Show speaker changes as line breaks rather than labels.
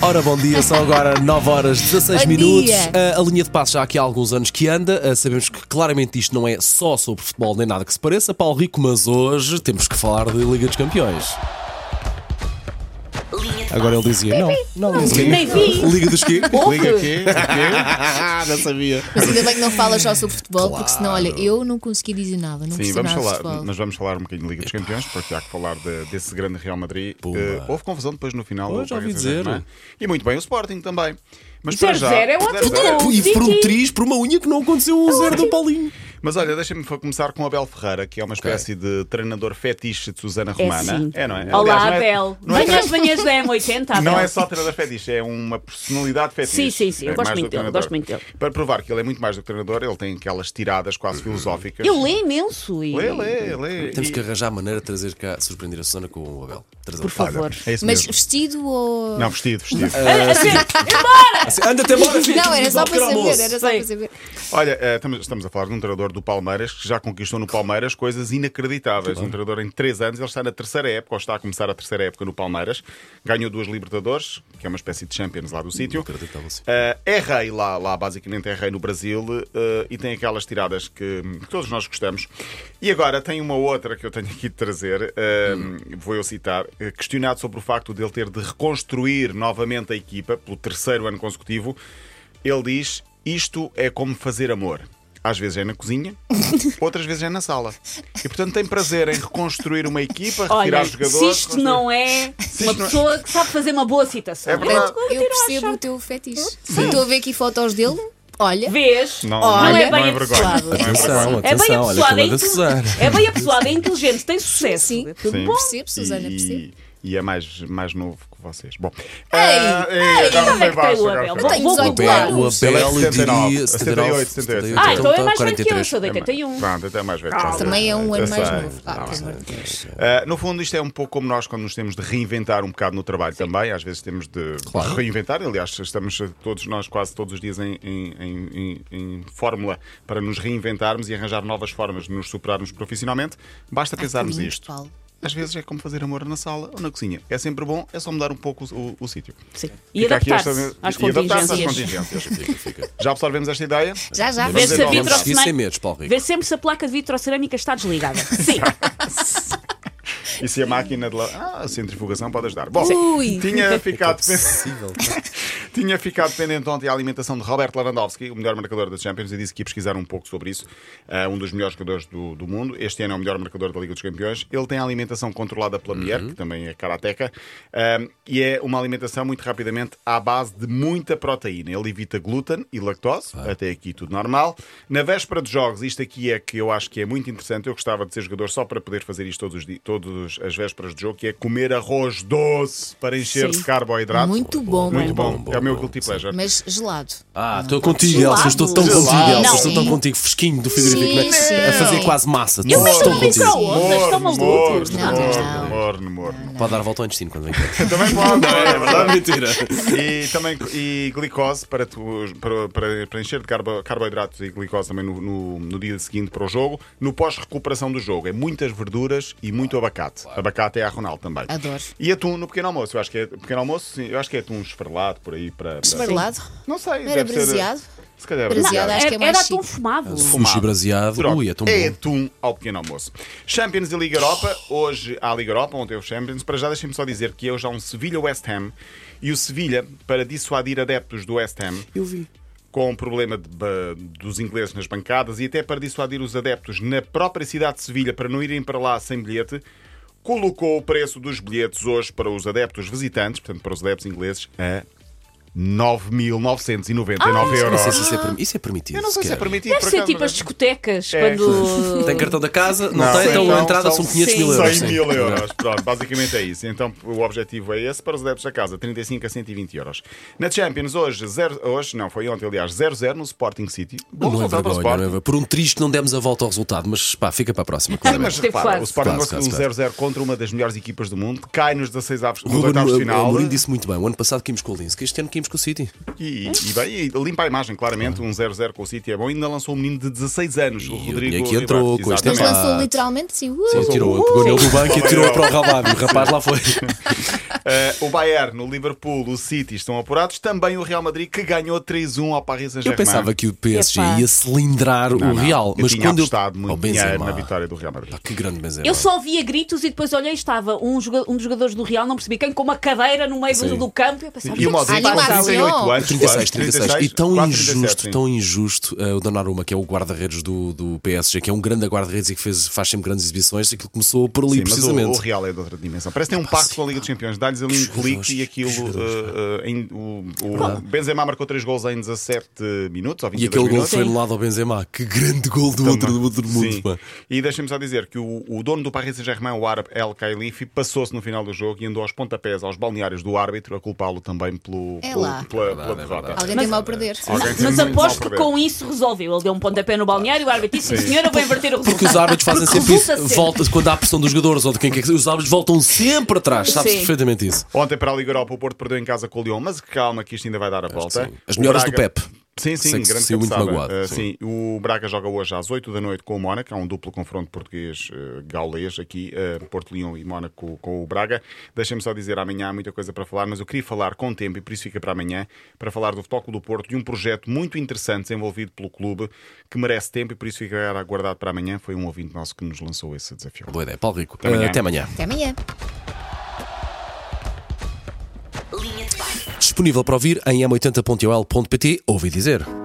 Ora, bom dia, são agora 9 horas 16
Bom
minutos. Ah,
dia.
A, a linha de passo já aqui há alguns anos que anda. Ah, sabemos que claramente isto não é só sobre futebol nem nada que se pareça, Paulo Rico, mas hoje temos que falar de Liga dos Campeões. Agora ele dizia: não, não, não
nem vi.
Liga dos quê?
Liga aqui. não sabia.
Mas ainda bem que não falas só sobre futebol, porque senão, olha, eu não consegui dizer nada. Não
Sim,
percebo
vamos
nada de
falar,
futebol.
mas vamos falar um bocadinho de Liga dos Campeões, porque há que falar de- desse grande Real Madrid.
Pumba.
Eh, houve confusão depois no final.
Pois,
do
já ouvi
Paris Saint-Germain. é?
dizer.
E muito bem, o Sporting também. Mas para já.
0-0 é ótimo.
0-0.
Não,
E por um
sim.
triz, por uma unha que não aconteceu o zero do Paulinho.
Mas olha, deixa-me fa- começar com Abel Ferreira, que é uma espécie de treinador fetiche de Susana Romana.
sim.
não é?
Olá,
Aliás, não é-
Abel.
não é
Venha
tre-
às manhãs da M80, Abel.
Não é só treinador fetiche, é uma personalidade fetiche.
Sim, sim, sim, eu
É
gosto
mais
muito
do que
dele,
treinador.
gosto muito dele.
Para provar que ele é muito mais do que treinador, ele tem aquelas tiradas quase filosóficas.
Eu leio imenso e.
Lê, lê, lê.
Uhum. Temos
E-
que arranjar a maneira de trazer cá, surpreender a Susana com o Abel. Trazer
Por favor.
É isso
Mas
mesmo.
vestido ou.
Não, vestido,
Ah,
vestido.
Assim, Anda-te embora, filho.
Não, era só para saber, era só
Sim.
para saber.
Olha, eh, estamos, estamos a falar de um treinador do Palmeiras que já conquistou no Palmeiras coisas inacreditáveis. Um treinador em três anos, ele está na terceira época, ou está a começar a terceira época no Palmeiras. Ganhou duas Libertadores, que é uma espécie de Champions lá do sítio.
Inacreditável, sim.
Eh, é rei lá, lá basicamente é rei no Brasil eh, e tem aquelas tiradas que, hum, que todos nós gostamos. E agora tem uma outra que eu tenho aqui de trazer, eh, vou eu citar, eh, questionado sobre o facto dele ter de reconstruir novamente a equipa pelo terceiro ano consecutivo, ele diz: Isto é como fazer amor. Às vezes é na cozinha, outras vezes é na sala. E portanto tem prazer em reconstruir uma equipa, retirar
Olha,
os jogadores.
se isto
reconstruir-
não é uma pessoa que sabe fazer uma boa citação.
É verdade.
Eu percebo o teu fetiche. Estou a ver aqui fotos dele. Olha,
Vês?
Não,
Olha,
não
é
é-
bem
não é
apessoado.
vergonha.
Atenção,
É bem
atenção, olha,
apessoado, é,
falando da Susana.
inte- é bem apessoado, é inteligente, tem sucesso.
Sim.
É tudo
Sim.
bom.
percebo, Susana, percebo.
e, e é mais, mais novo que vocês. Bom,
Ei, então
agora
como é
foi
que tem
baixo.
o
agora
Abel?
foi
Tenho
Vou-
baixo.
vou
18
googlar.
anos.
O Abel eu diria
79, 78, 78.
Ah, então é mais velho que eu, sou de
É mais-
81.
Pronto, até mais velho.
Calma.
um. também é um
Eu
ano mais
sei,
novo. Ah, pelo amor de Deus.
Uh, no fundo, isto é um pouco como nós quando nos temos de reinventar um bocado no trabalho também. Às vezes temos de reinventar. Aliás, estamos uh, todos nós quase todos os dias em, em- em- em- em fórmula para nos reinventarmos e arranjar novas formas de nos superarmos profissionalmente.
Ah,
Basta pensarmos
lindo,
isto.
Paulo.
Às vezes é como fazer amor na sala ou na cozinha. É sempre bom, é só mudar um pouco o, o- o sítio.
Sim. E
Fica aqui
adaptar-se
esta-
às
e adaptar-se às
contingências.
contingências. Já absorvemos esta ideia?
Já, já.
Vamos
Vês se a
desenvolver.
vitro-
Esqueci sem medos, Paulo Rico.
Ver sempre se a placa de vitrocerâmica está desligada. Sim.
E se a máquina de la... Ah, a centrifugação pode ajudar. Bom,
Ui.
tinha ficado pen-
Possível.
Tinha ficado pendente ontem a alimentação de Robert Lewandowski, o melhor marcador da Champions, e disse que ia pesquisar um pouco sobre isso. Ah, um dos melhores jogadores do, do mundo. Este ano é o melhor marcador da Liga dos Campeões. Ele tem a alimentação controlada pela mulher, que também é karateca, ah, e é uma alimentação muito rapidamente à base de muita proteína. Ele evita glúten e lactose, até aqui tudo normal. Na véspera de jogos, isto aqui é que eu acho que é muito interessante. Eu gostava de ser jogador só para poder fazer isto todos os dias, todas as vésperas de jogo, que é comer arroz doce para encher de
Sim.
carboidrato.
Muito bom,
Muito
mano.
bom.
bom,
é o meu
bom,
guilty pleasure.
Mas gelado.
Ah, estou contigo,
Gelado.
Elsa. Estou tão
Gelado.
contigo, Elsa.
Não.
Estou tão
Sim.
contigo, fresquinho do frigorífico.
Sim,
né?
sim.
A fazer quase massa.
Eu meto
estou
no
contigo.
micro-ondas. Vocês estão malucos,
morno,
não. é?
morno,
Não.
morno, morno.
Pode dar volta ao intestino quando vem cá.
Também pode, não é? É
Ah,
verdade.
mentira.
E também e glicose para, tu- para, para, para encher de carbo- carboidratos e glicose também no, no- no dia seguinte para o jogo. No pós-recuperação do jogo, é muitas verduras e muito abacate. Abacate é a Ronaldo também.
Adoro.
E atum no pequeno almoço. Eu acho que é pequeno almoço, sim, eu acho que é atum esfarelado por aí para. para-
Esfarelado?
Não é sei,
Era
deve ser-
braseado?
Se calhar
Braseado,
braseado.
acho que é
Era,
mais
era
chique.
tão fumado.
Fuxi braseado.
Troca.
Ui, é tão
é
bom.
atum ao pequeno almoço. Champions e Liga Europa. Hoje há a Liga Europa, ontem é o Champions. Para já, deixem-me só dizer que hoje há um Sevilha-West Ham. E o Sevilha, para dissuadir adeptos do West Ham,
Eu vi.
com o problema de ba- dos ingleses nas bancadas e até para dissuadir os adeptos na própria cidade de Sevilha para não irem para lá sem bilhete, colocou o preço dos bilhetes hoje para os adeptos visitantes, portanto para os adeptos ingleses, a 9.999
Não sei
euros.
se isso é, permi- isso é permitido.
Eu não sei se é
sequer.
permitido.
Deve
por
ser
acaso,
tipo
mas-
as discotecas,
É.
quando.
Tem cartão da casa, não,
Não,
tem, então
são-
a entrada são
são
500 mil
sim.
euros.
100
sim.
mil euros. Pronto, basicamente é isso. Então o objetivo é esse para os adeptos da casa, 35 a 120 euros. Na Champions, hoje, zero, hoje não, foi ontem, aliás, 0-0 no Sporting City. Bom
Não é
resultado para
vergonha, não
o
é
Sporting.
vergonha. Por um triste não demos a volta ao resultado, mas pá, fica para a próxima. claramente.
Mas
Teve
repara,
quase.
o Sporting
Quase,
conseguiu um
quase,
0-0 contra uma das melhores equipas do mundo, cai nos 16 avos,
O Ruben
oitavos
o-
de
o
final. né? é-
Mourinho disse muito bem. O ano passado caímos com o Linz, que este ano tínhamos com o City.
E, e bem, e limpa a imagem, claramente. Um 0-0 com o City é bom. Ainda lançou um menino de 16 anos, o
Ah. o
Rodrigo.
menino que entrou
Ribas,
com este
Mas
exatamente.
Exato.
lançou literalmente, sim. Uh,
Ele tirou, pegou nele do banco e atirou para o Rabado. O rapaz lá foi.
Eh, o Bayern, o Liverpool, o City estão apurados. Também o Real Madrid que ganhou 3-1 ao Paris
Eu
Saint-Germain.
pensava que o PSG
Epá.
ia cilindrar o
Não,
Real,
eu
mas
tinha
quando eu.
apostado muito
Oh,
dinheiro
Benzema.
na vitória do Real Madrid.
Pá, que grande Benzema.
Eu só via gritos e depois olhei e estava um, joga- um dos jogadores do Real, não percebi quem, com uma cadeira no meio
Sim.
do, do campo. Eu pensava,
E o Modric com
Animação.
38 anos.
36, 36. E tão
4,
injusto,
37,
tão injusto eh, o Donnarumma, que é o guarda-redes do, do PSG, que é um grande guarda-redes e que fez, faz sempre grandes exibições, aquilo começou por ali,
Sim, mas o,
precisamente.
o Real é de outra dimensão. Parece que tem um pacto com a Liga dos Campeões. Dá-lhes ali um
jogadores,
clique e aquilo.
que jogadores.
eh, eh, em- o, o Benzema marcou 3 gols em 17 minutos ou 22
E aquele gol
minutos.
foi
Sim.
anulado ao Benzema. Que grande gol do outro, do outro mundo,
Sim.
pá.
E deixem-me só dizer que o, o dono do Paris Saint-Germain, o árabe El Khailifi, passou-se no final do jogo e andou aos pontapés aos balneários do árbitro a culpá-lo também pelo,
É
pelo-
lá.
pela, pela derrota.
Alguém tem mal a perder.
Alguém tem
Mas
muito mal
aposto
para
que
ver.
com isso resolveu. Ele deu um pontapé no balneário e o árbitro disse: "Sim, senhora, vou inverter o resultado.
Porque os árbitros fazem
Porque
sempre
resulta
isso. Volta, quando há pressão dos jogadores ou de quem quer que seja, os árbitros voltam sempre atrás. Sabes
Sim.
perfeitamente isso.
Ontem para a Liga Europa, o Porto perdeu em casa com o Lyon, mas calma que isto ainda vai dar a volta.
Ah, sim. As
O
melhoras do Pep.
Sim, sim,
Sei que
grande
saiu muito
cabeçada.
magoado,
Ah,
sim.
sim. o Braga joga hoje às 8 da noite com o Mónaco. Há um duplo confronto português-gaulês aqui, ah, Porto Leão e Mónaco com o Braga. Deixem-me só dizer, amanhã há muita coisa para falar, mas eu queria falar com tempo e por isso fica para amanhã, para falar do Futebol Clube do Porto e um projeto muito interessante desenvolvido pelo clube que merece tempo e por isso fica aguardado para amanhã. Foi um ouvinte nosso que nos lançou esse desafio.
Boa ideia, Paulo Rico.
amanhã.
Eh, Até amanhã.
Até amanhã.
Linha de passe.
Disponível para ouvir em m80.ol.pt. Ouvi dizer.